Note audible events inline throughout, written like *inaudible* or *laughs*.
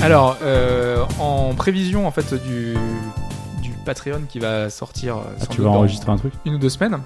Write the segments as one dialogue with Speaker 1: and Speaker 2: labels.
Speaker 1: Alors, euh, en prévision en fait du, du Patreon qui va sortir euh,
Speaker 2: Ah,
Speaker 1: sans
Speaker 2: tu
Speaker 1: doute
Speaker 2: vas
Speaker 1: dans
Speaker 2: enregistrer un truc
Speaker 1: une ou deux semaines,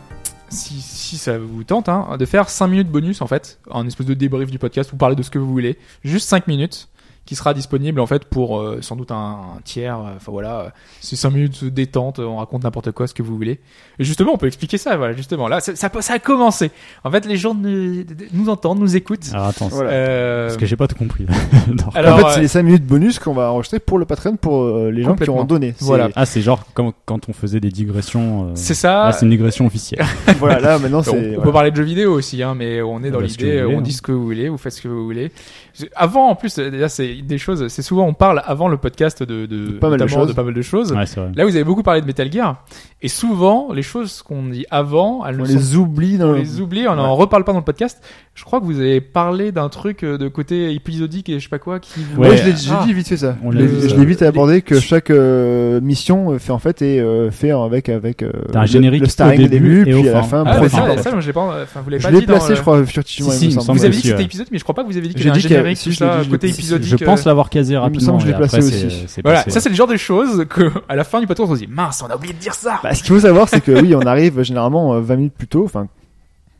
Speaker 1: si, si ça vous tente, hein, de faire 5 minutes bonus en fait, un espèce de débrief du podcast, vous parlez de ce que vous voulez, juste 5 minutes qui sera disponible en fait pour euh, sans doute un, un tiers euh, enfin voilà euh, c'est 5 minutes de détente euh, on raconte n'importe quoi ce que vous voulez et justement on peut expliquer ça voilà justement là ça, ça, ça a commencé en fait les gens ne- nous entendent nous écoutent
Speaker 2: Alors attends,
Speaker 3: Voilà.
Speaker 1: Euh,
Speaker 2: parce que j'ai pas tout compris. *laughs* Non.
Speaker 1: alors
Speaker 3: en fait, c'est
Speaker 1: euh,
Speaker 3: les 5 minutes bonus qu'on va enregistrer pour le Patreon pour euh, les gens qui
Speaker 1: Complètement.
Speaker 3: auront donné. C'est-
Speaker 1: Voilà.
Speaker 2: Ah, c'est genre comme quand on faisait des digressions. euh,
Speaker 1: c'est ça
Speaker 2: Là, c'est une digression officielle.
Speaker 3: *laughs* voilà, là
Speaker 1: *laughs*
Speaker 3: maintenant
Speaker 1: on, on
Speaker 3: c'est. Ah,
Speaker 1: peut
Speaker 3: voilà.
Speaker 1: parler de jeux vidéo aussi, hein, mais on est dans
Speaker 2: Bah, ce que vous
Speaker 1: l'idée,
Speaker 2: voulez,
Speaker 1: on
Speaker 2: hein.
Speaker 1: dit ce que vous voulez, vous faites ce que vous voulez. C'est- Avant, en plus, euh, déjà, c'est des choses, c'est souvent, on parle avant le podcast de, de,
Speaker 3: pas mal de
Speaker 1: notamment
Speaker 3: choses.
Speaker 1: pas mal de choses.
Speaker 2: ouais, c'est vrai.
Speaker 1: Là, vous avez beaucoup parlé de Metal Gear, et souvent, les choses qu'on dit avant, elles
Speaker 3: On
Speaker 1: ne sont
Speaker 3: les oublie dans
Speaker 1: on
Speaker 3: le.
Speaker 1: les oublie, on en
Speaker 3: Ouais.
Speaker 1: reparle pas dans le podcast. Je crois que vous avez parlé d'un truc euh, de côté épisodique et je sais pas quoi qui. vous-
Speaker 2: Ouais.
Speaker 3: Moi, je l'ai j'ai
Speaker 1: Ah.
Speaker 3: dit vite fait ça.
Speaker 2: On
Speaker 3: Je
Speaker 2: l'a
Speaker 3: l'ai-
Speaker 2: vu,
Speaker 3: je
Speaker 2: euh,
Speaker 3: l'ai vite
Speaker 1: les-
Speaker 3: abordé que chaque euh, mission euh, fait en fait est euh, fait avec avec euh,
Speaker 2: T'as un
Speaker 3: le-
Speaker 2: générique
Speaker 3: le starring
Speaker 2: au
Speaker 3: au début,
Speaker 2: début et
Speaker 3: puis
Speaker 2: au
Speaker 3: à la
Speaker 2: fin.
Speaker 3: fin.
Speaker 1: Ah,
Speaker 2: Après,
Speaker 1: mais
Speaker 3: produit.
Speaker 1: ça,
Speaker 2: enfin,
Speaker 1: ça, je l'ai pas, enfin, vous l'avez
Speaker 3: Je
Speaker 1: pas
Speaker 3: l'ai
Speaker 1: dit dans
Speaker 3: placé,
Speaker 1: le-
Speaker 3: je crois, furtivement.
Speaker 2: Si,
Speaker 3: il
Speaker 2: si,
Speaker 3: me
Speaker 2: il me
Speaker 3: semble.
Speaker 2: semble
Speaker 1: Vous avez dit que
Speaker 2: aussi,
Speaker 1: c'était
Speaker 2: ouais.
Speaker 1: épisodique, mais je crois pas que vous avez dit
Speaker 3: J'ai
Speaker 1: qu'il y a un
Speaker 3: dit qu'il y a-
Speaker 1: générique,
Speaker 3: si,
Speaker 1: tout
Speaker 3: je l'ai
Speaker 1: ça,
Speaker 3: dit, je
Speaker 1: côté
Speaker 3: l'ai dit.
Speaker 1: épisodique.
Speaker 2: Je pense
Speaker 1: euh,
Speaker 2: l'avoir casé rapidement.
Speaker 3: semble que je
Speaker 2: et
Speaker 3: l'ai placé
Speaker 2: après, c'est-
Speaker 3: aussi.
Speaker 2: c'est
Speaker 1: Voilà,
Speaker 2: passé,
Speaker 1: ça
Speaker 2: ouais.
Speaker 1: c'est le genre de choses que à la fin du podcast on se dit mince, on a oublié de dire ça.
Speaker 3: Bah, ce qu'il faut savoir, c'est que oui, on arrive généralement euh, 20 minutes plus tôt. Enfin,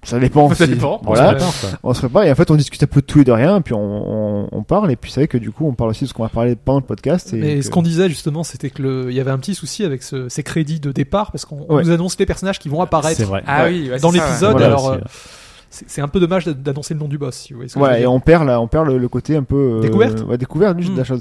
Speaker 3: ça dépend.
Speaker 1: Ça
Speaker 3: si-
Speaker 1: dépend.
Speaker 3: Voilà.
Speaker 1: Ouais.
Speaker 2: Attends, quoi.
Speaker 3: On se prépare et en fait, on discute un peu de tout et de rien. Puis on, on, on parle. Et puis c'est vrai que du coup, on parle aussi de ce qu'on va parler pendant le podcast. Et
Speaker 4: Mais
Speaker 3: que-
Speaker 4: ce qu'on disait justement, c'était que le- il y avait un petit souci avec ce- ces crédits de départ parce qu'on on
Speaker 3: Ouais.
Speaker 4: nous annonce les personnages qui vont apparaître.
Speaker 2: C'est vrai.
Speaker 1: ah oui, ouais,
Speaker 4: Dans
Speaker 1: c'est ça,
Speaker 4: l'épisode,
Speaker 3: Voilà,
Speaker 4: alors
Speaker 2: aussi,
Speaker 4: euh, c'est c'est un peu dommage d'a- d'annoncer le nom du boss. Si vous voyez ce que je
Speaker 3: Voilà,
Speaker 4: veux
Speaker 3: et
Speaker 4: dire.
Speaker 3: on perd, là, on perd le, le côté un peu. euh,
Speaker 4: Découverte
Speaker 3: ouais, découverte du- de la
Speaker 4: Mm.
Speaker 3: chose.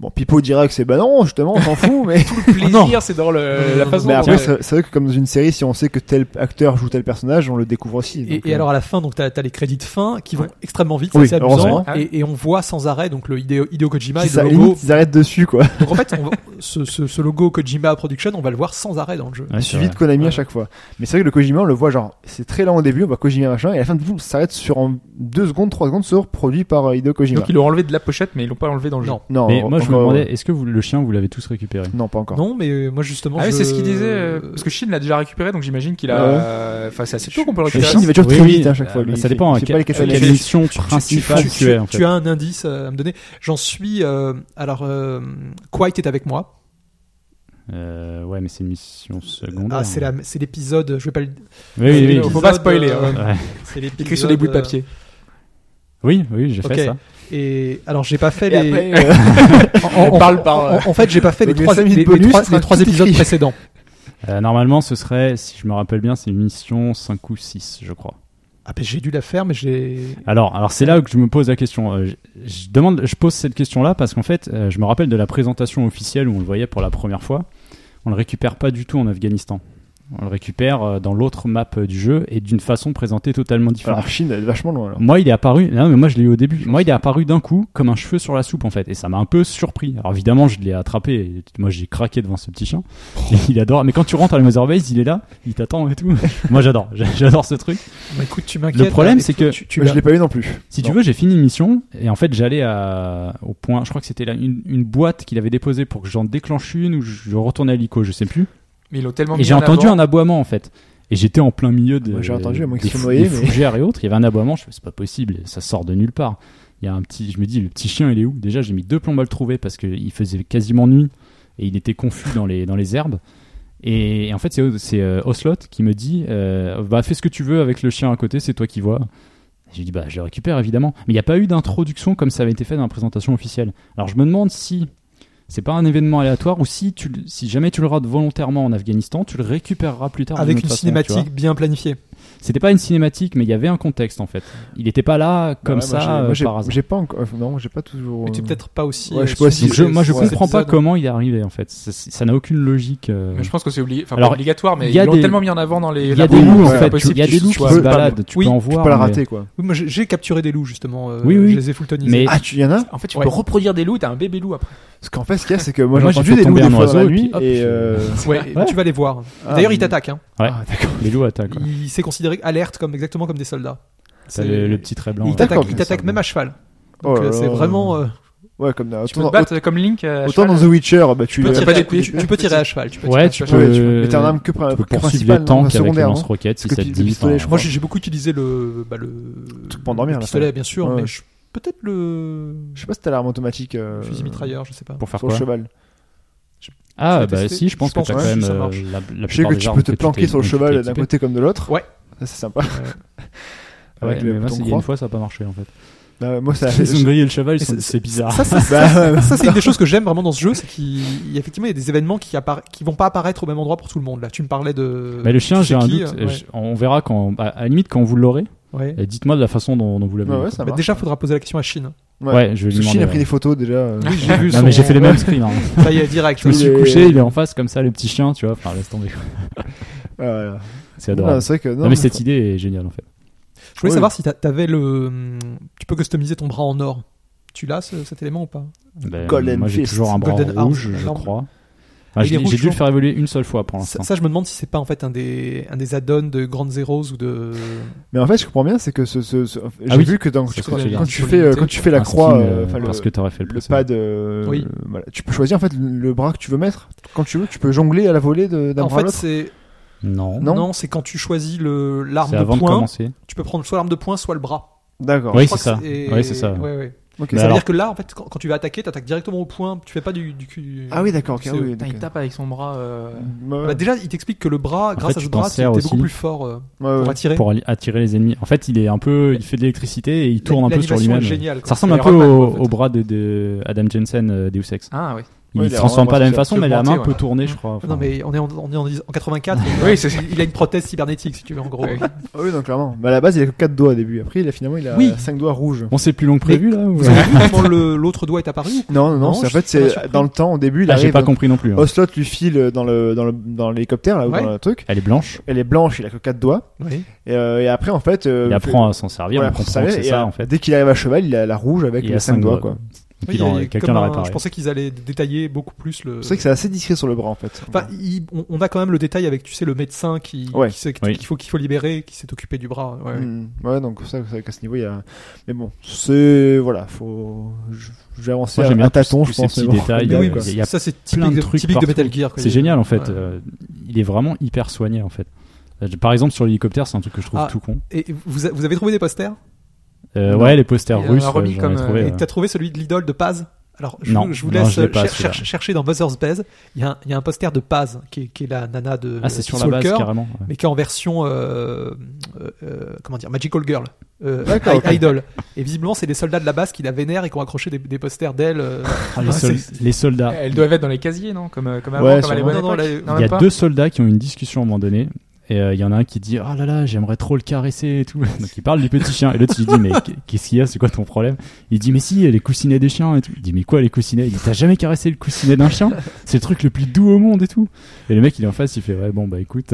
Speaker 3: Bon, Pipo dira que c'est bah non, justement, on s'en
Speaker 4: *laughs*
Speaker 3: fout, mais.
Speaker 1: ouais. le plaisir, c'est dans le, la
Speaker 4: Non,
Speaker 1: façon
Speaker 3: mais
Speaker 1: dont
Speaker 3: après,
Speaker 1: on-
Speaker 3: c'est c'est vrai que comme dans une série, si on sait que tel acteur joue tel personnage, on le découvre aussi.
Speaker 4: Et,
Speaker 3: donc,
Speaker 4: et
Speaker 3: euh,
Speaker 4: alors à la fin, donc t'as as les crédits de fin qui vont extrêmement vite,
Speaker 3: Oui,
Speaker 4: c'est assez amusant,
Speaker 3: heureusement.
Speaker 4: et, et on voit sans arrêt donc le Hideo, Hideo Kojima et
Speaker 3: ça,
Speaker 4: le logo.
Speaker 3: limite, ils arrêtent dessus, quoi.
Speaker 4: Donc en fait, on va- ce, ce- ce logo Kojima Production, on va le voir sans arrêt dans le jeu.
Speaker 3: *laughs*
Speaker 2: Ouais, c'est
Speaker 3: suivi
Speaker 2: vrai.
Speaker 3: de Konami
Speaker 4: Ouais.
Speaker 3: à chaque fois. Mais c'est vrai que le Kojima, on le voit genre, c'est très lent au début, on voit Kojima machin, et à la fin de tout, ça s'arrête sur en 2 secondes, 3 secondes, sur produit par euh, Hideo Kojima.
Speaker 1: Donc ils l'ont enlevé de la pochette, mais ils l'ont pas enlevé dans le jeu.
Speaker 4: Non,
Speaker 3: Non,
Speaker 2: Mais moi, je me
Speaker 3: encore-
Speaker 2: demandais, est-ce que vous- le chien, vous l'avez tous récupéré
Speaker 3: Non, pas encore.
Speaker 4: non, mais euh, moi justement,
Speaker 1: Ah oui,
Speaker 4: je-
Speaker 1: c'est ce qu'il disait. euh, Parce que Shin l'a déjà récupéré, donc j'imagine qu'il a.
Speaker 3: Ouais.
Speaker 1: euh, Enfin, c'est assez tôt qu'on peut le
Speaker 3: Le
Speaker 1: récupérer.
Speaker 3: Chine, il va toujours
Speaker 2: Oui,
Speaker 3: très
Speaker 2: oui.
Speaker 3: vite à chaque fois.
Speaker 2: Euh,
Speaker 3: lui.
Speaker 2: ça
Speaker 3: Il
Speaker 2: dépend à
Speaker 3: fait- il fait pas les
Speaker 2: quelle,
Speaker 3: cascades.
Speaker 2: à quelle mission principale
Speaker 4: tu,
Speaker 2: tu, es. en fait.
Speaker 4: tu as un indice euh, à me donner. J'en suis. euh, alors, euh, Quiet est avec moi.
Speaker 2: Euh, ouais, mais c'est une mission secondaire.
Speaker 4: Ah, c'est la- c'est l'épisode. Je vais pas le.
Speaker 2: Oui, oui,
Speaker 1: Faut
Speaker 2: oui.
Speaker 1: pas spoiler,
Speaker 4: euh,
Speaker 1: hein.
Speaker 2: Ouais.
Speaker 4: C'est l'épisode.
Speaker 1: Écrit sur des bouts de papier.
Speaker 2: Oui, oui, j'ai
Speaker 4: Ok.
Speaker 2: fait ça.
Speaker 4: euh, Et alors, j'ai pas fait
Speaker 3: Et
Speaker 4: les.
Speaker 3: après, euh,
Speaker 4: en, en-
Speaker 1: parle par-
Speaker 4: en- en fait, j'ai pas fait les
Speaker 3: Donc, les
Speaker 4: trois,
Speaker 3: cinq minutes
Speaker 4: les- les
Speaker 3: bonus,
Speaker 4: trois-
Speaker 3: ce sera
Speaker 4: les trois
Speaker 3: tout
Speaker 4: épisodes
Speaker 3: écrit.
Speaker 4: précédents.
Speaker 2: Euh, normalement, ce serait, si je me rappelle bien, c'est une mission 5 ou 6, je crois.
Speaker 4: Ah, ben, j'ai dû la faire, mais j'ai.
Speaker 2: Alors, alors c'est là que je me pose la question. Euh, je, je demande, je pose cette question-là parce qu'en fait, euh, je me rappelle de la présentation officielle où on le voyait pour la première fois. On le récupère pas du tout en Afghanistan. On le récupère euh, dans l'autre map euh, du jeu et d'une façon présentée totalement différente.
Speaker 3: Alors, Chine, elle est vachement loin. alors.
Speaker 2: Moi, il est apparu. Non, mais moi, je l'ai eu au début. Moi, il est apparu d'un coup comme un cheveu sur la soupe, en fait, et ça m'a un peu surpris. Alors, évidemment, je l'ai attrapé. Et moi, j'ai craqué devant ce petit chien. Il adore. Mais quand tu rentres à la Mother Base, il est là, il t'attend et tout. moi, j'adore. J'adore ce truc.
Speaker 4: Bah, écoute, tu m'inquiètes.
Speaker 2: Le problème,
Speaker 4: là,
Speaker 2: c'est
Speaker 4: et toi,
Speaker 2: que-
Speaker 4: tu, tu
Speaker 3: Mais
Speaker 4: l'as-
Speaker 3: Je l'ai pas eu non plus.
Speaker 2: Si tu
Speaker 3: Non.
Speaker 2: veux, j'ai fini une mission et en fait j'allais à au point. Je crois que c'était là une, une boîte qu'il avait déposée pour que j'en déclenche une ou je je retournais à l'ICO, je sais plus.
Speaker 1: Mais ils l'ont tellement
Speaker 2: Et
Speaker 1: mis
Speaker 2: j'ai
Speaker 1: en
Speaker 2: entendu
Speaker 1: avant.
Speaker 2: un aboiement en fait. Et j'étais en plein milieu de
Speaker 3: Moi, j'ai entendu, à moins
Speaker 2: des,
Speaker 3: qu'ils se
Speaker 2: fou-
Speaker 3: noyaient,
Speaker 2: des
Speaker 3: mais-
Speaker 2: fougères et autres. Il y avait un aboiement. Je fais c'est pas possible, ça sort de nulle part. Il y a un petit. Je me dis le petit chien il est où Déjà j'ai mis deux plombs à le trouver parce qu'il faisait quasiment nuit et il était confus dans les dans les herbes. Et, et en fait c'est c'est euh, Ocelot qui me dit euh, bah fais ce que tu veux avec le chien à côté, c'est toi qui vois. J'ai dit, bah, je le récupère évidemment. Mais il n'y a pas eu d'introduction comme ça avait été fait dans la présentation officielle. Alors je me demande si c'est pas un événement aléatoire ou si, tu, le- si jamais tu le rates volontairement en Afghanistan, tu le récupéreras plus tard.
Speaker 4: avec
Speaker 2: d'une
Speaker 4: une
Speaker 2: autre façon, tu vois.
Speaker 4: cinématique bien planifiée.
Speaker 2: C'était pas une cinématique, mais il y avait un contexte en fait. Il n'était pas là
Speaker 3: Bah
Speaker 2: comme
Speaker 3: ouais, moi, j'ai-
Speaker 2: ça
Speaker 3: moi,
Speaker 2: euh,
Speaker 3: j'ai-
Speaker 2: par hasard.
Speaker 3: J'ai pas encore. Non, j'ai pas toujours.
Speaker 4: Mais tu
Speaker 3: euh,
Speaker 4: es peut-être pas aussi.
Speaker 3: Ouais, je
Speaker 4: euh,
Speaker 3: sais pas
Speaker 4: suivi
Speaker 3: si
Speaker 2: Donc, je, moi je
Speaker 4: cet
Speaker 2: comprends pas
Speaker 4: épisode.
Speaker 2: comment il est arrivé en fait. Ça- Ça ça n'a aucune logique. euh.
Speaker 1: Mais je pense que c'est obligé. Enfin, pas
Speaker 2: Alors,
Speaker 1: obligatoire, mais
Speaker 2: il y a
Speaker 1: ils l'ont
Speaker 2: des-
Speaker 1: tellement mis en avant dans les.
Speaker 2: Il y
Speaker 1: la
Speaker 2: a des
Speaker 1: promo,
Speaker 2: loups en
Speaker 1: c'est
Speaker 2: fait.
Speaker 1: pas
Speaker 2: Tu- Il y a des
Speaker 1: possible que
Speaker 2: loups
Speaker 1: tu
Speaker 2: qui
Speaker 1: sois-
Speaker 2: se
Speaker 3: peux pas-
Speaker 2: baladent. Tu
Speaker 4: oui,
Speaker 2: peux en
Speaker 3: Tu peux
Speaker 2: voir.
Speaker 3: pas la
Speaker 2: mais-
Speaker 3: rater, quoi.
Speaker 4: Oui, moi, j'ai j'ai capturé des loups justement. euh,
Speaker 2: Oui, oui.
Speaker 4: Je les ai fultonisés.
Speaker 2: Mais-
Speaker 3: Ah, tu y en a
Speaker 1: En fait, tu
Speaker 4: Ouais.
Speaker 1: peux reproduire des loups, t'as un bébé loup après.
Speaker 3: Parce qu'en fait, ce qu'il y a, c'est que moi, j'ai
Speaker 2: Moi, j'ai
Speaker 3: entendu
Speaker 2: fait
Speaker 3: des loups
Speaker 2: tomber
Speaker 3: des
Speaker 2: un
Speaker 3: fois dans la
Speaker 2: oiseau, et
Speaker 3: nuit,
Speaker 2: puis hop,
Speaker 3: et
Speaker 2: je-
Speaker 3: euh,
Speaker 4: Ouais,
Speaker 2: Ouais.
Speaker 4: Tu vas les voir.
Speaker 3: Ah,
Speaker 4: D'ailleurs,
Speaker 3: mais-
Speaker 4: ils t'attaquent. hein.
Speaker 2: Ouais.
Speaker 3: Ah, d'accord.
Speaker 2: Les loups attaquent. quoi.
Speaker 4: Il s'est considéré alerte comme exactement comme des soldats.
Speaker 2: T'as le, le petit trait blanc.
Speaker 4: Il
Speaker 2: là.
Speaker 4: t'attaque,
Speaker 3: D'accord,
Speaker 4: il
Speaker 3: mais
Speaker 4: t'attaque
Speaker 2: ça,
Speaker 4: même
Speaker 2: bon.
Speaker 4: à cheval.
Speaker 3: Oh
Speaker 4: Donc, euh,
Speaker 3: là
Speaker 4: c'est
Speaker 3: là.
Speaker 4: vraiment. euh,
Speaker 3: Ouais, comme dans-
Speaker 1: Tu peux te battre comme Link. euh, à
Speaker 3: Autant
Speaker 1: cheval.
Speaker 3: dans The Witcher, bah, tu
Speaker 4: tu, peux
Speaker 3: euh,
Speaker 4: tirer,
Speaker 1: pas des
Speaker 4: à-
Speaker 1: couilles,
Speaker 4: tu- tu peux tirer à cheval. Tu peux tirer à
Speaker 2: Ouais, tu
Speaker 4: cheval.
Speaker 3: peux-
Speaker 2: peux.
Speaker 3: tu peux- mais t'as un arme que
Speaker 2: tu peux
Speaker 3: pr-
Speaker 2: poursuivre
Speaker 3: principale,
Speaker 2: le
Speaker 3: non,
Speaker 2: tank avec le
Speaker 3: secondaire. hein.
Speaker 2: lance-roquette si
Speaker 3: Parce
Speaker 2: ça
Speaker 3: que
Speaker 2: te
Speaker 3: pi-
Speaker 2: dit.
Speaker 3: pistolet,
Speaker 2: enfin,
Speaker 3: je
Speaker 4: Moi,
Speaker 3: crois.
Speaker 4: j'ai j'ai beaucoup utilisé le, bah, le,
Speaker 3: Truc pour endormir,
Speaker 4: le
Speaker 3: là,
Speaker 4: pistolet,
Speaker 3: ça.
Speaker 4: bien sûr,
Speaker 3: Ouais.
Speaker 4: mais je peut-être le
Speaker 3: Je sais pas si t'as l'arme automatique euh,
Speaker 4: fusil mitrailleur, je sais pas.
Speaker 2: Pour faire
Speaker 3: sur le
Speaker 2: quoi
Speaker 3: cheval.
Speaker 2: Ah,
Speaker 4: Faut
Speaker 2: bah
Speaker 4: tester.
Speaker 2: si, je pense
Speaker 4: Je
Speaker 2: que
Speaker 4: pense,
Speaker 2: t'as
Speaker 3: ouais,
Speaker 2: quand même
Speaker 4: ça
Speaker 2: euh,
Speaker 4: marche.
Speaker 2: la, la
Speaker 3: Je sais
Speaker 2: plupart
Speaker 3: que
Speaker 2: des
Speaker 3: tu
Speaker 2: armes
Speaker 3: peux te
Speaker 2: que
Speaker 3: planquer
Speaker 2: t'es-
Speaker 3: sur le
Speaker 2: que
Speaker 3: cheval
Speaker 2: t'es
Speaker 3: d'un
Speaker 2: équipé.
Speaker 3: côté comme de l'autre.
Speaker 4: Ouais.
Speaker 3: Ça, c'est sympa.
Speaker 2: Ouais,
Speaker 3: Avec le
Speaker 2: mais moi,
Speaker 3: bouton
Speaker 2: c'est- il y a
Speaker 3: croix.
Speaker 2: une fois, ça a pas marché en fait.
Speaker 3: Bah, moi, ça a fait.
Speaker 2: Ils ont grillé le cheval, ils
Speaker 4: Et
Speaker 2: sont
Speaker 4: c'est-
Speaker 2: dit, c'est bizarre.
Speaker 4: Ça, c'est-
Speaker 3: Bah, ouais,
Speaker 4: ça, c'est une des choses que j'aime vraiment dans ce jeu, c'est qu'il y a- effectivement il y a des événements qui appara- qui vont pas apparaître au même endroit pour tout le monde. Là, tu me parlais de.
Speaker 2: Mais le chien, j'ai un
Speaker 4: Tsukiki,
Speaker 2: doute.
Speaker 4: euh, ouais.
Speaker 2: Je- On verra quand, à, à la limite, quand vous l'aurez.
Speaker 4: Ouais.
Speaker 2: euh, Dites-moi de la façon dont, dont vous l'avez.
Speaker 3: ouais, ouais, ça
Speaker 4: Bah,
Speaker 3: marche.
Speaker 4: déjà, faudra poser la question à Chine.
Speaker 3: ouais.
Speaker 2: Ouais, je vais lui
Speaker 3: Parce que Chine
Speaker 2: demander.
Speaker 3: a pris des photos déjà. euh,
Speaker 4: Oui, j'ai vu.
Speaker 2: Non, *laughs* mais j'ai fait les
Speaker 4: mêmes
Speaker 2: mêmes screens. hein.
Speaker 4: Ça y est, direct.
Speaker 2: Je me
Speaker 3: Il
Speaker 2: suis
Speaker 3: est-
Speaker 2: couché, il est en face comme ça, le petit chien, tu vois. Enfin, laisse tomber. quoi.
Speaker 3: voilà.
Speaker 2: C'est
Speaker 3: Ah, Non,
Speaker 2: adorable.
Speaker 3: c'est vrai que.
Speaker 2: Non, mais, cette idée est géniale en fait.
Speaker 4: Je voulais
Speaker 3: Oui.
Speaker 4: savoir si t'a- t'avais le. hum, Tu peux customiser ton bras en or. Tu l'as ce- cet élément ou pas
Speaker 2: Ben,
Speaker 3: Golden
Speaker 2: moi j'ai
Speaker 3: Fist,
Speaker 2: toujours un bras
Speaker 4: Golden
Speaker 2: rouge,
Speaker 4: Arms,
Speaker 2: je
Speaker 4: énorme.
Speaker 2: crois. Enfin,
Speaker 4: Il est
Speaker 2: j'ai
Speaker 4: rouge
Speaker 2: j'ai dû le
Speaker 4: chaud.
Speaker 2: faire évoluer une seule fois pour
Speaker 4: ça,
Speaker 2: l'instant.
Speaker 4: ça, je me demande si c'est pas en fait un des un des add-ons de Grand Zeroes ou de.
Speaker 3: Mais en fait, je comprends bien, c'est que ce, ce- ce- j'ai
Speaker 2: Ah oui.
Speaker 3: vu que dans,
Speaker 2: C'est ce
Speaker 3: quand,
Speaker 2: que j'allais
Speaker 3: quand
Speaker 2: dire.
Speaker 3: tu fais euh, quand tu fais la
Speaker 2: Un
Speaker 3: croix,
Speaker 2: skin,
Speaker 3: euh,
Speaker 2: euh,
Speaker 3: enfin, le,
Speaker 2: parce que t'aurais fait le,
Speaker 3: le
Speaker 2: précédent.
Speaker 3: pad, euh,
Speaker 4: Oui.
Speaker 3: voilà. tu peux choisir en fait le bras que tu veux mettre quand tu veux. Tu peux jongler à la volée de- d'un
Speaker 4: En
Speaker 3: bras à
Speaker 4: fait,
Speaker 3: l'autre.
Speaker 4: c'est
Speaker 2: Non.
Speaker 3: Non.
Speaker 4: non, c'est quand tu choisis le l'arme
Speaker 2: C'est
Speaker 4: de
Speaker 2: avant de
Speaker 4: poing.
Speaker 2: commencer.
Speaker 4: Tu peux prendre soit l'arme de poing, soit le bras.
Speaker 3: D'accord.
Speaker 2: Oui,
Speaker 4: Je crois
Speaker 2: c'est ça.
Speaker 4: que et-
Speaker 2: Oui, c'est ça.
Speaker 4: ouais, ouais.
Speaker 3: Ok.
Speaker 2: Mais
Speaker 4: Ça veut
Speaker 2: alors-
Speaker 4: dire que là, en fait, quand, quand tu vas attaquer, t'attaques directement au point. Tu fais pas du, du cul.
Speaker 3: Ah oui, d'accord. ok,
Speaker 4: C'est-
Speaker 3: oui,
Speaker 1: Putain,
Speaker 3: d'accord.
Speaker 1: il tape avec son bras. euh,
Speaker 3: Ouais,
Speaker 4: Bah, déjà, il t'explique que le bras, grâce
Speaker 2: fait,
Speaker 4: à
Speaker 2: tu
Speaker 4: ce
Speaker 2: t'en
Speaker 4: bras, t'es
Speaker 2: sers
Speaker 4: t'es beaucoup
Speaker 2: aussi.
Speaker 4: plus fort euh,
Speaker 3: ouais, ouais.
Speaker 4: pour attirer.
Speaker 2: pour alli- attirer les ennemis. En fait, il est un peu, il fait de l'électricité et il tourne un peu sur
Speaker 4: L'animation est
Speaker 2: lui-même.
Speaker 4: géniale. quoi.
Speaker 2: Ça ressemble
Speaker 1: C'est
Speaker 2: un peu
Speaker 1: Iron Man,
Speaker 2: au,
Speaker 1: quoi, en fait.
Speaker 2: au bras de, de Adam Jensen euh, Deus Ex.
Speaker 1: Ah oui.
Speaker 2: Il
Speaker 3: Ouais, il
Speaker 2: se
Speaker 3: est
Speaker 2: transforme
Speaker 3: vraiment
Speaker 2: pas de la même
Speaker 3: très
Speaker 2: façon, mais la main
Speaker 1: augmenté,
Speaker 2: peut
Speaker 1: ouais.
Speaker 2: tourner, je crois. Enfin,
Speaker 4: Non mais on est en, on est en, en
Speaker 3: *laughs*
Speaker 4: 84.
Speaker 1: Oui, c'est ça.
Speaker 4: il a une prothèse cybernétique si tu veux en gros.
Speaker 1: Oui.
Speaker 3: Ah oui, non, clairement. Bah, à la base, il a que 4 doigts au début. Après, il a finalement, il a
Speaker 4: Oui.
Speaker 3: 5 doigts rouges.
Speaker 2: Bon, c'est plus long que
Speaker 4: Mais-
Speaker 3: *laughs*
Speaker 2: prévu là. ou-
Speaker 4: Vous avez vu comment le- l'autre doigt est apparu
Speaker 3: Non, non, non.
Speaker 4: Non,
Speaker 3: c'est- en
Speaker 4: je
Speaker 3: fait,
Speaker 4: suis pas
Speaker 3: c'est
Speaker 4: surpris.
Speaker 3: dans le temps, au début, il
Speaker 2: Ah, j'ai
Speaker 3: arrive.
Speaker 2: pas
Speaker 3: dans-
Speaker 2: compris non plus. hein.
Speaker 3: Ocelot lui file dans le dans le dans l'hélicoptère là ou
Speaker 4: Ouais.
Speaker 3: dans le truc.
Speaker 2: Elle est blanche.
Speaker 3: Elle est blanche, il a que 4 doigts.
Speaker 4: Oui.
Speaker 3: Et, euh, et après, en fait, euh,
Speaker 2: Il
Speaker 3: fait-
Speaker 2: apprend à s'en servir.
Speaker 3: voilà,
Speaker 2: on comprend
Speaker 3: ça
Speaker 2: que
Speaker 3: va,
Speaker 2: c'est
Speaker 3: et,
Speaker 2: ça
Speaker 3: euh,
Speaker 2: en fait.
Speaker 3: Dès qu'il arrive à cheval, il a la rouge avec
Speaker 2: Il
Speaker 3: les
Speaker 2: a
Speaker 3: 5
Speaker 2: cinq
Speaker 3: doigts,
Speaker 2: doigts.
Speaker 3: quoi.
Speaker 2: Donc,
Speaker 4: Oui,
Speaker 2: il
Speaker 4: il y a-
Speaker 2: en-
Speaker 4: il y a
Speaker 2: Quelqu'un
Speaker 4: comme
Speaker 2: l'a
Speaker 4: un-
Speaker 2: réparé.
Speaker 4: Je pensais qu'ils allaient détailler beaucoup plus le.
Speaker 3: C'est vrai que c'est assez discret sur le bras, en fait.
Speaker 4: Enfin, il- on, on a quand même le détail avec tu sais le médecin qui,
Speaker 3: Ouais.
Speaker 4: qui s'est-
Speaker 2: Oui.
Speaker 4: qu'il faut qu'il faut libérer, qui s'est occupé du bras. Ouais, ouais.
Speaker 3: Hmm. Ouais, donc ça, c'est vrai qu'à ce niveau, il y a. Mais bon, c'est voilà, faut. je- Je vais avancer
Speaker 2: Moi,
Speaker 3: à,
Speaker 2: j'aime bien
Speaker 3: à tâtons,
Speaker 2: tous
Speaker 3: je
Speaker 2: ces
Speaker 3: pense.
Speaker 2: petits
Speaker 3: mais bon.
Speaker 2: détails,
Speaker 3: Mais
Speaker 2: euh,
Speaker 3: oui,
Speaker 2: il
Speaker 3: quoi.
Speaker 2: y a- il y a
Speaker 4: ça c'est
Speaker 2: plein
Speaker 4: typique,
Speaker 2: de
Speaker 4: de,
Speaker 2: trucs
Speaker 4: typique de
Speaker 2: partout.
Speaker 4: Metal Gear. quoi.
Speaker 2: C'est
Speaker 4: Il-
Speaker 2: génial en fait.
Speaker 4: Ouais.
Speaker 2: euh, Il est vraiment hyper soigné en fait. Euh, Par exemple, sur l'hélicoptère, c'est un truc que je trouve
Speaker 4: Ah.
Speaker 2: tout con.
Speaker 4: Et vous, a- vous avez trouvé des posters
Speaker 2: Euh,
Speaker 1: Non.
Speaker 2: ouais, les posters
Speaker 1: Il y en a
Speaker 2: russes. euh,
Speaker 1: remis
Speaker 2: j'en ai
Speaker 1: comme, euh,
Speaker 2: trouvé,
Speaker 1: Ouais,
Speaker 4: Et
Speaker 2: ouais.
Speaker 4: t'as trouvé celui de l'idole de Paz Alors, je,
Speaker 2: Non,
Speaker 4: vous- je vous
Speaker 2: non,
Speaker 4: laisse
Speaker 2: je l'ai pas,
Speaker 4: cher-
Speaker 2: celui-là.
Speaker 4: cher- chercher dans Buzzer's Base. Il y, a un- il y a un poster de Paz qui est, qui est la nana de
Speaker 2: Ah, c'est sur la
Speaker 4: Peace
Speaker 2: base
Speaker 4: Walker,
Speaker 2: carrément. ouais.
Speaker 4: mais qui est en version euh, euh, euh, comment dire Magical Girl. Euh,
Speaker 3: D'accord,
Speaker 4: I-
Speaker 3: ok.
Speaker 4: Idol. Et visiblement, c'est des soldats de la base qui la vénèrent et qui ont accroché des, des posters
Speaker 3: *laughs*
Speaker 4: d'elle. euh,
Speaker 2: Ah, les,
Speaker 4: Ah,
Speaker 2: sol-
Speaker 4: c'est-
Speaker 2: les soldats.
Speaker 1: Elles doivent être dans les casiers, non Comme, euh, comme avant,
Speaker 3: Ouais,
Speaker 1: comme à
Speaker 3: sûrement.
Speaker 1: l'époque.
Speaker 4: Non, non, là,
Speaker 2: Il y a
Speaker 1: même pas.
Speaker 2: deux soldats qui ont une discussion à un moment donné. Et euh, il y en a un qui dit Oh là là, j'aimerais trop le caresser et tout. *laughs* Donc il parle du petit chien. Et l'autre il
Speaker 1: *laughs*
Speaker 2: dit Mais qu'est-ce qu'il y a C'est quoi ton problème Il dit Mais si, les coussinets des chiens et tout. Il dit Mais quoi les coussinets Il dit T'as jamais caressé le coussinet d'un chien C'est le truc le plus doux au monde et tout. Et le mec il est en face, il fait Ouais, bon bah écoute.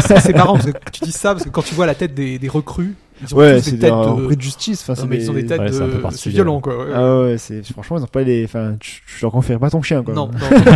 Speaker 4: c'est c'est marrant parce que tu dis ça parce que quand tu vois la tête des, des recrues, ils ont
Speaker 3: Ouais,
Speaker 4: tous
Speaker 3: c'est
Speaker 4: des
Speaker 3: des
Speaker 4: têtes
Speaker 3: repris de
Speaker 4: de.
Speaker 3: justice. Enfin,
Speaker 4: Non,
Speaker 3: c'est
Speaker 4: mais ils ont des têtes euh,
Speaker 2: Ouais, c'est un peu
Speaker 4: de. C'est
Speaker 2: particulier.
Speaker 4: violent quoi. ouais.
Speaker 3: Ah ouais, c'est franchement, ils ont pas les. Enfin, tu, tu leur confères pas ton chien, quoi.
Speaker 4: Non, non.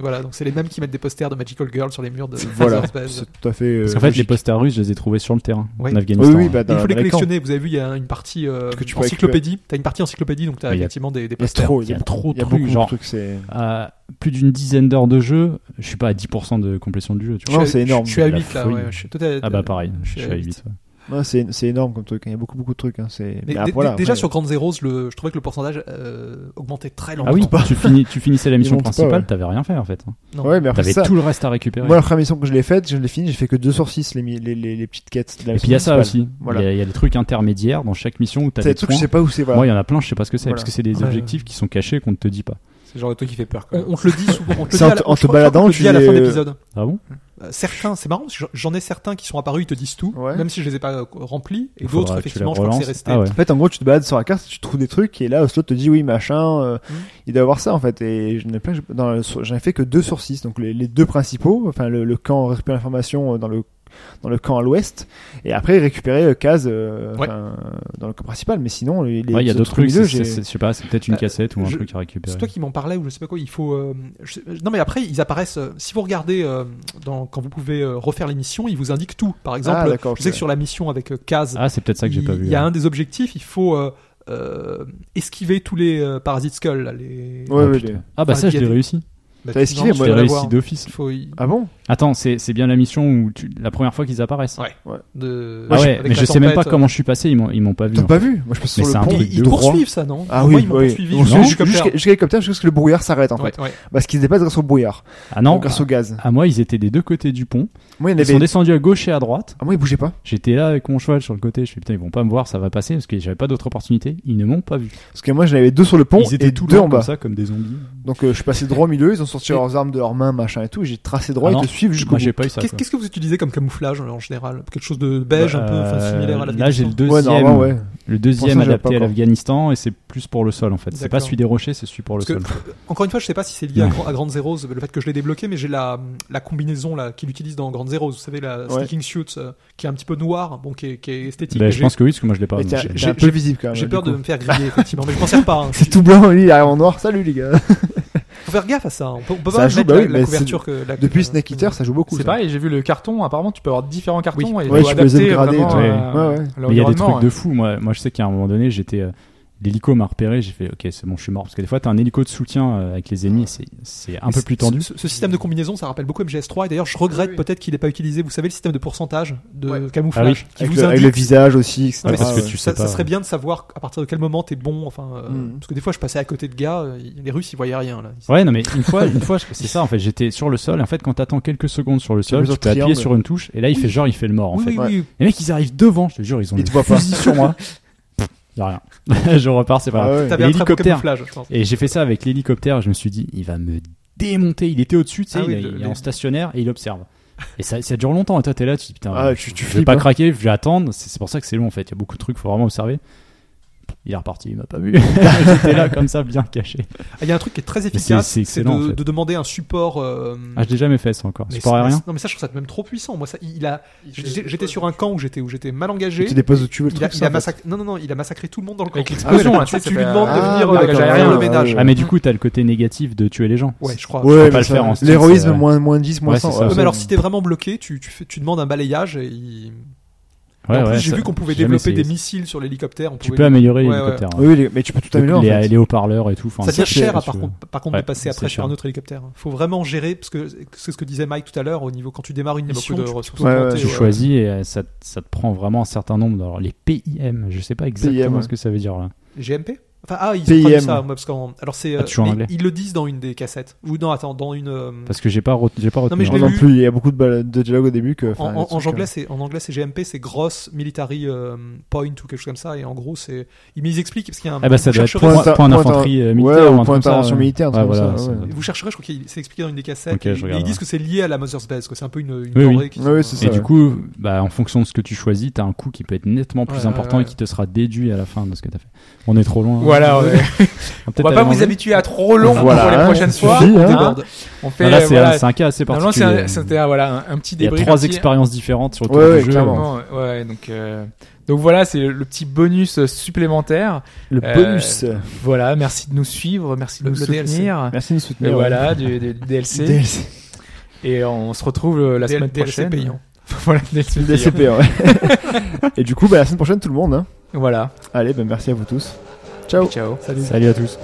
Speaker 4: voilà, donc c'est les mêmes qui mettent des posters de Magical Girl sur les murs de
Speaker 3: *laughs*
Speaker 4: *laughs*
Speaker 3: Voilà,
Speaker 4: Buzzer's Base.
Speaker 3: c'est tout à fait. euh,
Speaker 2: Parce qu'en fait, les
Speaker 3: logique.
Speaker 2: posters russes, je les ai trouvés sur le terrain
Speaker 4: Oui.
Speaker 2: en
Speaker 3: Oui,
Speaker 2: Afghanistan.
Speaker 3: oui, bah,
Speaker 4: Et il
Speaker 3: dans-
Speaker 4: faut les
Speaker 3: dans les camps.
Speaker 4: collectionner. Vous avez vu, il y a une partie euh,
Speaker 3: Que tu peux
Speaker 4: encyclopédie. T'as une partie encyclopédie, donc t'as
Speaker 2: Mais il y a-
Speaker 4: effectivement des,
Speaker 3: Il y
Speaker 4: des
Speaker 3: a
Speaker 4: posters.
Speaker 3: trop,
Speaker 2: Il y a
Speaker 3: beaucoup-
Speaker 2: trop
Speaker 3: il
Speaker 2: de
Speaker 3: y a
Speaker 2: trucs.
Speaker 3: beaucoup de
Speaker 2: Genre,
Speaker 3: trucs, c'est.
Speaker 2: à plus d'une dizaine d'heures de jeu, je suis pas à 10% de complétion du jeu. Tu vois.
Speaker 3: Non,
Speaker 4: Je suis à-
Speaker 3: c'est énorme.
Speaker 4: Je suis à
Speaker 2: La
Speaker 4: 8 là.
Speaker 2: fouille.
Speaker 4: ouais, je suis tout à-
Speaker 2: Ah bah pareil,
Speaker 4: je suis à huit.
Speaker 2: huit, ouais.
Speaker 3: Ouais, c'est c'est énorme comme truc. Il y a beaucoup, beaucoup de trucs. hein, c'est-
Speaker 4: Mais
Speaker 2: bah,
Speaker 3: Mais
Speaker 4: dé-
Speaker 3: voilà,
Speaker 4: dé- déjà
Speaker 2: euh.
Speaker 3: après-
Speaker 4: sur Grande Zeros, le, je trouvais que le pourcentage euh, augmentait très lentement.
Speaker 2: Ah oui, tu, finis, tu finissais la mission
Speaker 3: montent pas,
Speaker 2: principale,
Speaker 3: ouais.
Speaker 2: t'avais rien fait en fait. hein.
Speaker 4: Non.
Speaker 3: Ouais, mais après
Speaker 2: T'avais
Speaker 3: ça.
Speaker 2: tout le reste à récupérer.
Speaker 3: Moi, la première mission que je l'ai faite, je l'ai finie, j'ai fait que 2 sur 6 les, mi- les, les, les petites quêtes. De la
Speaker 2: Et
Speaker 3: mission
Speaker 2: puis il y a ça
Speaker 3: principale.
Speaker 2: aussi.
Speaker 3: Voilà.
Speaker 2: Il y a- il y, a des trucs intermédiaires dans chaque mission où t'as
Speaker 3: C'est
Speaker 2: des
Speaker 3: des trucs, je
Speaker 2: points.
Speaker 3: sais pas où c'est. Voilà.
Speaker 2: Moi, il y en a plein, je sais pas ce que c'est,
Speaker 3: Voilà.
Speaker 2: parce que c'est des
Speaker 4: Ouais.
Speaker 2: objectifs qui sont cachés qu'on ne te dit pas.
Speaker 1: C'est le genre de truc qui fait peur, quand
Speaker 4: On,
Speaker 1: même.
Speaker 4: on te le dit souvent. On te le
Speaker 3: C'est
Speaker 4: dit
Speaker 3: en
Speaker 4: à la,
Speaker 3: te- en
Speaker 4: on-
Speaker 3: te
Speaker 4: je crois-
Speaker 3: baladant,
Speaker 4: on te le
Speaker 3: tu
Speaker 4: dit à la fin de
Speaker 3: les-
Speaker 4: l'épisode.
Speaker 2: Ah bon
Speaker 4: Euh, Certains, c'est marrant, parce que j'en ai certains qui sont apparus, ils te disent tout,
Speaker 3: Ouais.
Speaker 4: même si je les ai pas euh, remplis,
Speaker 2: Faudra que
Speaker 4: et
Speaker 2: tu
Speaker 4: d'autres,
Speaker 2: les
Speaker 4: effectivement, je crois que c'est
Speaker 2: relances.
Speaker 4: resté.
Speaker 2: Ah ouais.
Speaker 3: En fait, en gros, tu te balades sur la carte, tu trouves des trucs, et là, Oslo te dit oui, machin, euh,
Speaker 4: Mm.
Speaker 3: il doit avoir ça, en fait. Et je n'ai pas, dans le- sur- j'en ai fait que 2 sur 6, donc les, les deux principaux, enfin, le, le camp récupérer l'information euh, dans le, dans le camp à l'ouest, et après récupérer euh, Kaz, euh,
Speaker 4: Ouais.
Speaker 3: enfin, dans le camp principal, mais sinon, les, les
Speaker 2: Ouais, il y a
Speaker 3: autres
Speaker 2: d'autres trucs,
Speaker 3: milieux,
Speaker 2: c'est-
Speaker 3: j'ai- Euh,
Speaker 2: c'est- c'est- je sais pas, c'est peut-être une
Speaker 4: Bah,
Speaker 2: cassette ou un
Speaker 4: je-
Speaker 2: truc à récupérer.
Speaker 4: C'est toi qui m'en parlais ou je sais pas quoi. Il faut. euh, je sais- non mais après ils apparaissent. euh, si vous regardez euh, dans, quand vous pouvez euh, refaire les missions, ils vous indiquent tout. Par exemple,
Speaker 3: Ah, d'accord,
Speaker 4: je sais
Speaker 3: ok.
Speaker 4: que sur la mission avec euh, Kaz,
Speaker 2: Ah, c'est peut-être ça que j'ai
Speaker 4: il,
Speaker 2: pas vu.
Speaker 4: il y a
Speaker 2: ouais.
Speaker 4: un des objectifs. Il faut euh, euh, esquiver tous les euh, parasites skull. là, les...
Speaker 3: Ouais,
Speaker 2: Ah,
Speaker 3: ouais,
Speaker 2: putain.
Speaker 3: les-
Speaker 2: Ah bah
Speaker 4: Enfin,
Speaker 2: ça,
Speaker 4: il y
Speaker 2: je
Speaker 4: a
Speaker 2: l'ai
Speaker 4: des-
Speaker 2: réussi.
Speaker 4: Bah,
Speaker 3: T'as
Speaker 4: non,
Speaker 3: esquivé,
Speaker 4: tu
Speaker 2: Je
Speaker 3: moi,
Speaker 4: dois
Speaker 2: l'ai
Speaker 3: Ouais,
Speaker 4: l'avoir.
Speaker 2: réussi d'office.
Speaker 4: Il faut y-
Speaker 3: Ah bon?
Speaker 2: Attends, c'est c'est bien la mission où tu- la première fois qu'ils apparaissent.
Speaker 3: Ah,
Speaker 4: Ouais. De...
Speaker 2: Ah ouais,
Speaker 4: avec
Speaker 2: mais
Speaker 4: la
Speaker 2: je sais même pas
Speaker 4: tempête.
Speaker 3: euh.
Speaker 2: comment je suis passé, ils m'ont ils m'ont pas vu. hein.
Speaker 3: T'as
Speaker 2: en
Speaker 3: pas
Speaker 2: fait.
Speaker 3: vu Moi, je passe
Speaker 2: Mais
Speaker 3: sur
Speaker 2: c'est
Speaker 3: le
Speaker 2: un
Speaker 3: pont.
Speaker 2: truc
Speaker 4: Ils, ils
Speaker 2: de
Speaker 4: te
Speaker 2: roi.
Speaker 4: poursuivent ça, non
Speaker 3: Ah
Speaker 4: Moi,
Speaker 3: oui,
Speaker 4: ils m'ont
Speaker 3: oui.
Speaker 4: poursuivi
Speaker 3: Donc,
Speaker 4: jusqu'à
Speaker 2: non,
Speaker 3: jusqu'à-
Speaker 4: l'hélicoptère.
Speaker 3: jusqu'à jusqu'à l'hélicoptère, jusqu'à ce que le brouillard s'arrête en fait.
Speaker 4: Ouais, ouais.
Speaker 3: Parce qu'il se dépasse grâce au brouillard,
Speaker 2: Ah non,
Speaker 3: grâce au gaz.
Speaker 2: à moi ils étaient des deux côtés du pont.
Speaker 3: Moi, il y en
Speaker 2: Ils sont
Speaker 3: avait.
Speaker 2: descendus à gauche et à droite.
Speaker 3: Ah, moi, il bougeait pas.
Speaker 2: J'étais là avec mon cheval sur le côté. Je fais putain, ils vont pas me voir, ça va passer parce que j'avais pas d'autre opportunité. Ils ne m'ont pas vu.
Speaker 3: Parce que moi, j'en avais deux sur le pont
Speaker 2: ils étaient
Speaker 3: et
Speaker 2: tout
Speaker 3: deux
Speaker 2: là
Speaker 3: en bas.
Speaker 2: comme ça, comme des zombies.
Speaker 3: Donc, euh, je suis passé droit au milieu, ils ont sorti
Speaker 4: Et-
Speaker 3: leurs armes de leurs mains, machin et tout. et J'ai tracé droit,
Speaker 2: Ah
Speaker 3: ils
Speaker 2: non,
Speaker 3: te suivent jusqu'au
Speaker 2: Moi
Speaker 3: bout.
Speaker 2: j'ai pas eu ça.
Speaker 4: Qu'est-ce
Speaker 2: quoi.
Speaker 4: qu'est-ce que vous utilisez comme camouflage en général Quelque chose de beige un peu, enfin,
Speaker 2: Euh,
Speaker 4: similaire à la
Speaker 2: Là j'ai le
Speaker 3: Ouais,
Speaker 2: deuxième,
Speaker 3: normalement, ouais.
Speaker 2: le
Speaker 3: Pour ça,
Speaker 2: deuxième
Speaker 3: j'avais pas
Speaker 2: adapté à
Speaker 3: encore.
Speaker 2: l'Afghanistan et c'est plus pour le sol en fait. C'est pas
Speaker 4: D'accord.
Speaker 2: celui des rochers, c'est celui pour le
Speaker 4: Parce que-
Speaker 2: sol.
Speaker 4: Encore une fois, je sais pas si c'est lié à, Grand- à Grande Zeroes, le fait que je l'ai débloqué, mais j'ai la, la combinaison là qu'il utilise dans Grande Zeroes, vous savez, la
Speaker 3: Ouais.
Speaker 4: sneaking suit euh, qui est un petit peu noire, bon, qui est, qui est esthétique.
Speaker 2: Bah,
Speaker 4: mais
Speaker 2: je
Speaker 4: j'ai-
Speaker 2: pense que oui parce que moi je l'ai pas.
Speaker 3: Mais
Speaker 2: donc
Speaker 3: t'es-
Speaker 2: j'ai-
Speaker 3: t'es
Speaker 4: j'ai-
Speaker 3: un peu visible quand même.
Speaker 4: J'ai
Speaker 3: du
Speaker 4: peur de
Speaker 3: coup.
Speaker 4: me faire griller, effectivement, mais je m'en sers pas.
Speaker 2: *laughs*
Speaker 4: hein.
Speaker 3: *laughs* C'est tout blanc, lui, il arrive en noir. Salut les gars.
Speaker 4: Faut faire gaffe à ça. hein. On peut, on peut
Speaker 3: Ça
Speaker 4: pas
Speaker 3: joue,
Speaker 4: mettre
Speaker 3: bah
Speaker 4: la,
Speaker 3: oui,
Speaker 4: la
Speaker 3: mais
Speaker 4: couverture que. La,
Speaker 3: Depuis
Speaker 4: euh,
Speaker 3: Snake Eater, ça joue beaucoup.
Speaker 1: C'est
Speaker 3: ça.
Speaker 1: pareil, j'ai vu le carton. Apparemment, tu peux avoir différents cartons et
Speaker 3: Ouais,
Speaker 1: faut
Speaker 3: tu peux les
Speaker 1: adapter
Speaker 3: upgrader et
Speaker 1: vraiment
Speaker 3: tout.
Speaker 1: à-
Speaker 2: Ouais.
Speaker 1: à
Speaker 3: Ouais, ouais.
Speaker 1: l'environnement,
Speaker 2: Mais il y a des trucs
Speaker 1: ouais.
Speaker 2: de fou. Moi, moi, je sais qu'à un moment donné, j'étais. euh, L'hélico m'a repéré, j'ai fait ok, c'est bon, je suis mort. Parce que des fois, t'as un hélico de soutien euh, avec les ennemis, c'est- c'est un
Speaker 4: mais
Speaker 2: peu
Speaker 4: ce-
Speaker 2: plus tendu.
Speaker 4: Ce, ce système de combinaison, ça rappelle beaucoup MGS3. Et d'ailleurs, je regrette
Speaker 3: Oui, oui.
Speaker 4: peut-être qu'il n'ait pas utilisé, vous savez, le système de pourcentage de
Speaker 3: Ouais.
Speaker 2: Ah
Speaker 4: camouflage
Speaker 2: oui.
Speaker 4: qui
Speaker 3: Avec
Speaker 4: vous
Speaker 3: le, avec le
Speaker 4: indique.
Speaker 3: visage aussi, etc.
Speaker 4: Non, mais
Speaker 2: ah, parce que
Speaker 3: ouais.
Speaker 2: tu sais
Speaker 4: ça, ça
Speaker 2: pas,
Speaker 4: serait
Speaker 2: ouais.
Speaker 4: bien de savoir à partir de quel moment t'es bon. Enfin, euh,
Speaker 3: Mm.
Speaker 4: parce que des fois, je passais à côté de gars, euh, les Russes, ils voyaient rien là. Ils-
Speaker 2: Ouais, non, mais une fois, une fois, je- c'est ça en fait. J'étais sur le sol. Et en fait, quand t'attends quelques secondes sur le sol,
Speaker 3: besoin
Speaker 2: tu
Speaker 3: de
Speaker 2: peux appuyer
Speaker 3: triangle.
Speaker 2: sur une touche. Et là, il fait genre, il fait le mort en
Speaker 4: oui,
Speaker 2: fait.
Speaker 4: oui,
Speaker 3: ouais.
Speaker 4: oui,
Speaker 2: Les mecs, ils arrivent devant. Je te jure, ils ont
Speaker 3: Ils
Speaker 2: le
Speaker 3: te
Speaker 2: *laughs*
Speaker 3: voient pas.
Speaker 2: fusil sur moi. Y a rien. *laughs* je repars, c'est pas grave.
Speaker 3: *laughs* Ah ouais.
Speaker 4: T'avais un très beau
Speaker 2: L'hélicoptère.
Speaker 4: camouflage, je pense.
Speaker 2: Et j'ai fait ça avec l'hélicoptère. Je me suis dit, il va me démonter. Il était au-dessus, tu sais,
Speaker 4: Ah
Speaker 2: il,
Speaker 4: oui, le-
Speaker 2: il est
Speaker 4: les-
Speaker 2: en stationnaire et il observe. Et ça, ça dure longtemps. Et toi, t'es là, tu dis putain,
Speaker 3: Ah, tu, tu
Speaker 2: je vais
Speaker 3: flippes.
Speaker 2: pas
Speaker 3: hein.
Speaker 2: craquer, je vais attendre. C'est c'est pour ça que c'est long en fait. Il y a beaucoup de trucs, faut vraiment observer. Il est reparti, il m'a pas vu. *laughs* J'étais là comme ça, bien caché.
Speaker 4: Ah, Il y a un truc qui est très
Speaker 2: c'est-
Speaker 4: efficace,
Speaker 2: c'est
Speaker 4: c'est, de,
Speaker 2: excellent, en fait.
Speaker 4: de demander un support. euh,
Speaker 2: Ah, je l'ai jamais fait ça encore.
Speaker 4: mais
Speaker 2: C'est pas
Speaker 4: c'est-
Speaker 2: rien.
Speaker 4: Non, mais ça, je trouve ça même trop puissant. Moi, ça, il a. J'étais, j'étais sur un camp où j'étais où j'étais mal engagé.
Speaker 3: Tu déposes où tu veux le
Speaker 4: Il a,
Speaker 3: truc.
Speaker 4: il
Speaker 3: ça,
Speaker 4: a
Speaker 3: en fait.
Speaker 4: massacré. Non, non, non, il a massacré tout le monde dans le camp.
Speaker 1: Avec l'explosion,
Speaker 4: Ah ouais,
Speaker 1: là,
Speaker 4: tu,
Speaker 1: ça,
Speaker 4: tu
Speaker 1: ça
Speaker 4: lui
Speaker 1: fait-
Speaker 4: demandes de
Speaker 3: Ah,
Speaker 4: venir
Speaker 3: d'accord,
Speaker 4: euh, faire
Speaker 1: ouais,
Speaker 4: le
Speaker 1: ouais,
Speaker 4: ménage.
Speaker 3: ouais.
Speaker 2: Ah mais du coup t'as le côté négatif de tuer les gens.
Speaker 4: Ouais, je crois.
Speaker 2: Oh, peux
Speaker 3: Ouais,
Speaker 2: pas
Speaker 3: mais
Speaker 2: le
Speaker 3: ça-
Speaker 2: faire en style,
Speaker 3: L'héroïsme,
Speaker 2: c'est-
Speaker 3: moins, moins 10, moins euh,
Speaker 2: Ouais,
Speaker 3: 100.
Speaker 2: c'est ça.
Speaker 4: Ouais,
Speaker 2: Ouais,
Speaker 4: mais alors, si t'es vraiment bloqué, tu, tu, fais- tu demandes un balayage et il-
Speaker 2: Ouais,
Speaker 4: en plus,
Speaker 2: ouais,
Speaker 4: j'ai
Speaker 2: ça-
Speaker 4: vu qu'on pouvait
Speaker 2: j'ai jamais
Speaker 4: développer
Speaker 2: essayé
Speaker 4: des
Speaker 2: ça.
Speaker 4: missiles sur l'hélicoptère. on
Speaker 2: Tu
Speaker 4: pouvait-
Speaker 2: peux améliorer
Speaker 4: Ouais,
Speaker 2: l'hélicoptère. hein.
Speaker 3: Oui, les- mais tu peux tout améliorer.
Speaker 2: les,
Speaker 3: en fait.
Speaker 2: les haut-parleurs et tout. enfin,
Speaker 4: Ça devient
Speaker 3: cher,
Speaker 4: cher,
Speaker 2: si
Speaker 4: par,
Speaker 2: tu veux.
Speaker 4: contre, par contre,
Speaker 2: Ouais,
Speaker 4: de passer
Speaker 2: c'est
Speaker 4: après sur
Speaker 2: cher.
Speaker 4: un autre hélicoptère. Faut vraiment gérer, parce que c'est ce que disait Mike tout à l'heure, au niveau quand tu démarres une
Speaker 1: Il y a beaucoup
Speaker 4: mission,
Speaker 1: de
Speaker 4: tu- tu
Speaker 1: ressources.
Speaker 4: peux
Speaker 3: Ouais,
Speaker 4: augmenter,
Speaker 2: Tu
Speaker 4: ouais.
Speaker 2: choisis et euh, ça, ça te prend vraiment un certain nombre. Alors les PIM, je sais pas exactement
Speaker 3: PIM, ouais.
Speaker 2: ce que ça veut dire là.
Speaker 4: GMP Enfin, ah, ils ont
Speaker 3: PIM.
Speaker 4: traduit ça. moi, parce qu'en- alors c'est,
Speaker 2: Ah,
Speaker 4: euh,
Speaker 2: toujours en
Speaker 4: mais
Speaker 2: anglais.
Speaker 4: ils le disent dans une des cassettes. Ou non, attends, dans une. euh,
Speaker 2: Parce que j'ai pas re- j'ai pas retenu.
Speaker 4: mais je
Speaker 2: hein.
Speaker 3: Non,
Speaker 4: l'ai
Speaker 3: non
Speaker 4: lu.
Speaker 3: plus, il y a beaucoup de, bal- de dialogues au début que.
Speaker 4: en,
Speaker 3: enfin,
Speaker 4: en-
Speaker 3: des trucs,
Speaker 4: en
Speaker 2: euh,
Speaker 4: anglais, c'est en anglais, c'est GMP, c'est Gross Military euh, Point ou quelque chose comme ça. Et en gros, c'est ils mais ils expliquent parce qu'il y a un.
Speaker 2: Ah bah ça
Speaker 4: vous
Speaker 2: doit être
Speaker 4: chercherez-
Speaker 2: point,
Speaker 3: Point-
Speaker 2: point
Speaker 3: point-
Speaker 2: d'infanterie euh,
Speaker 3: ouais,
Speaker 2: militaire. ou
Speaker 3: ou
Speaker 2: un truc
Speaker 3: point
Speaker 2: comme ça,
Speaker 3: d'intervention
Speaker 2: euh.
Speaker 3: militaire, un
Speaker 2: Ouais,
Speaker 3: truc comme
Speaker 2: voilà.
Speaker 3: ça,
Speaker 2: ça-
Speaker 3: ouais.
Speaker 4: Vous chercherez, je crois qu'il c'est expliqué dans une des cassettes.
Speaker 2: Ok, je
Speaker 4: et ils
Speaker 2: regarde,
Speaker 4: disent
Speaker 2: ouais.
Speaker 4: que c'est lié à la Mother's Base, que c'est un peu une, une
Speaker 2: Oui, oui.
Speaker 4: denrée qui-
Speaker 3: Ouais, ouais, c'est
Speaker 2: Et
Speaker 1: euh,
Speaker 3: ça.
Speaker 2: du coup, bah, en fonction de ce que tu choisis, t'as un coût qui peut être nettement plus
Speaker 4: Ouais,
Speaker 2: important
Speaker 4: ouais,
Speaker 2: et qui te sera déduit à la fin de ce que t'as fait. On est trop loin. hein.
Speaker 1: Voilà, ouais.
Speaker 2: On,
Speaker 1: on va pas vous habituer à trop long
Speaker 3: Voilà,
Speaker 1: pour les
Speaker 3: hein,
Speaker 1: prochaines
Speaker 3: ça
Speaker 1: fois.
Speaker 3: suffit, hein.
Speaker 1: hein.
Speaker 4: déborde.
Speaker 1: On fait
Speaker 2: Là,
Speaker 1: euh,
Speaker 2: c'est
Speaker 1: voilà,
Speaker 2: un- c'est un cas assez
Speaker 1: normalement, c'est un-
Speaker 2: particulier.
Speaker 1: c'était un, voilà un, un petit
Speaker 2: Il y a
Speaker 1: débrief.
Speaker 2: trois
Speaker 1: un petit-
Speaker 2: expériences différentes sur le
Speaker 3: Ouais, ouais,
Speaker 2: jeu.
Speaker 3: clairement.
Speaker 1: Non, ouais, donc euh, donc voilà, c'est le, le petit bonus supplémentaire.
Speaker 3: Le
Speaker 1: Euh,
Speaker 3: bonus.
Speaker 1: Voilà, merci de nous suivre, merci de
Speaker 4: Le-
Speaker 1: nous
Speaker 4: le
Speaker 1: soutenir.
Speaker 3: Merci de nous
Speaker 1: Et
Speaker 3: soutenir.
Speaker 1: voilà, du, du- du
Speaker 2: *laughs*
Speaker 1: DLC.
Speaker 3: DLC.
Speaker 1: Et on se retrouve euh, la
Speaker 4: DL-
Speaker 1: semaine
Speaker 4: DLC
Speaker 1: prochaine.
Speaker 4: payant.
Speaker 1: *laughs* voilà, DLC
Speaker 3: Le
Speaker 1: payant.
Speaker 3: DCP, ouais. *laughs* Et du coup, bah, la semaine prochaine, tout le monde. hein.
Speaker 1: Voilà,
Speaker 3: Allez, bah, merci à vous tous. Ciao.
Speaker 1: ciao.
Speaker 4: Salut.
Speaker 2: Salut à tous.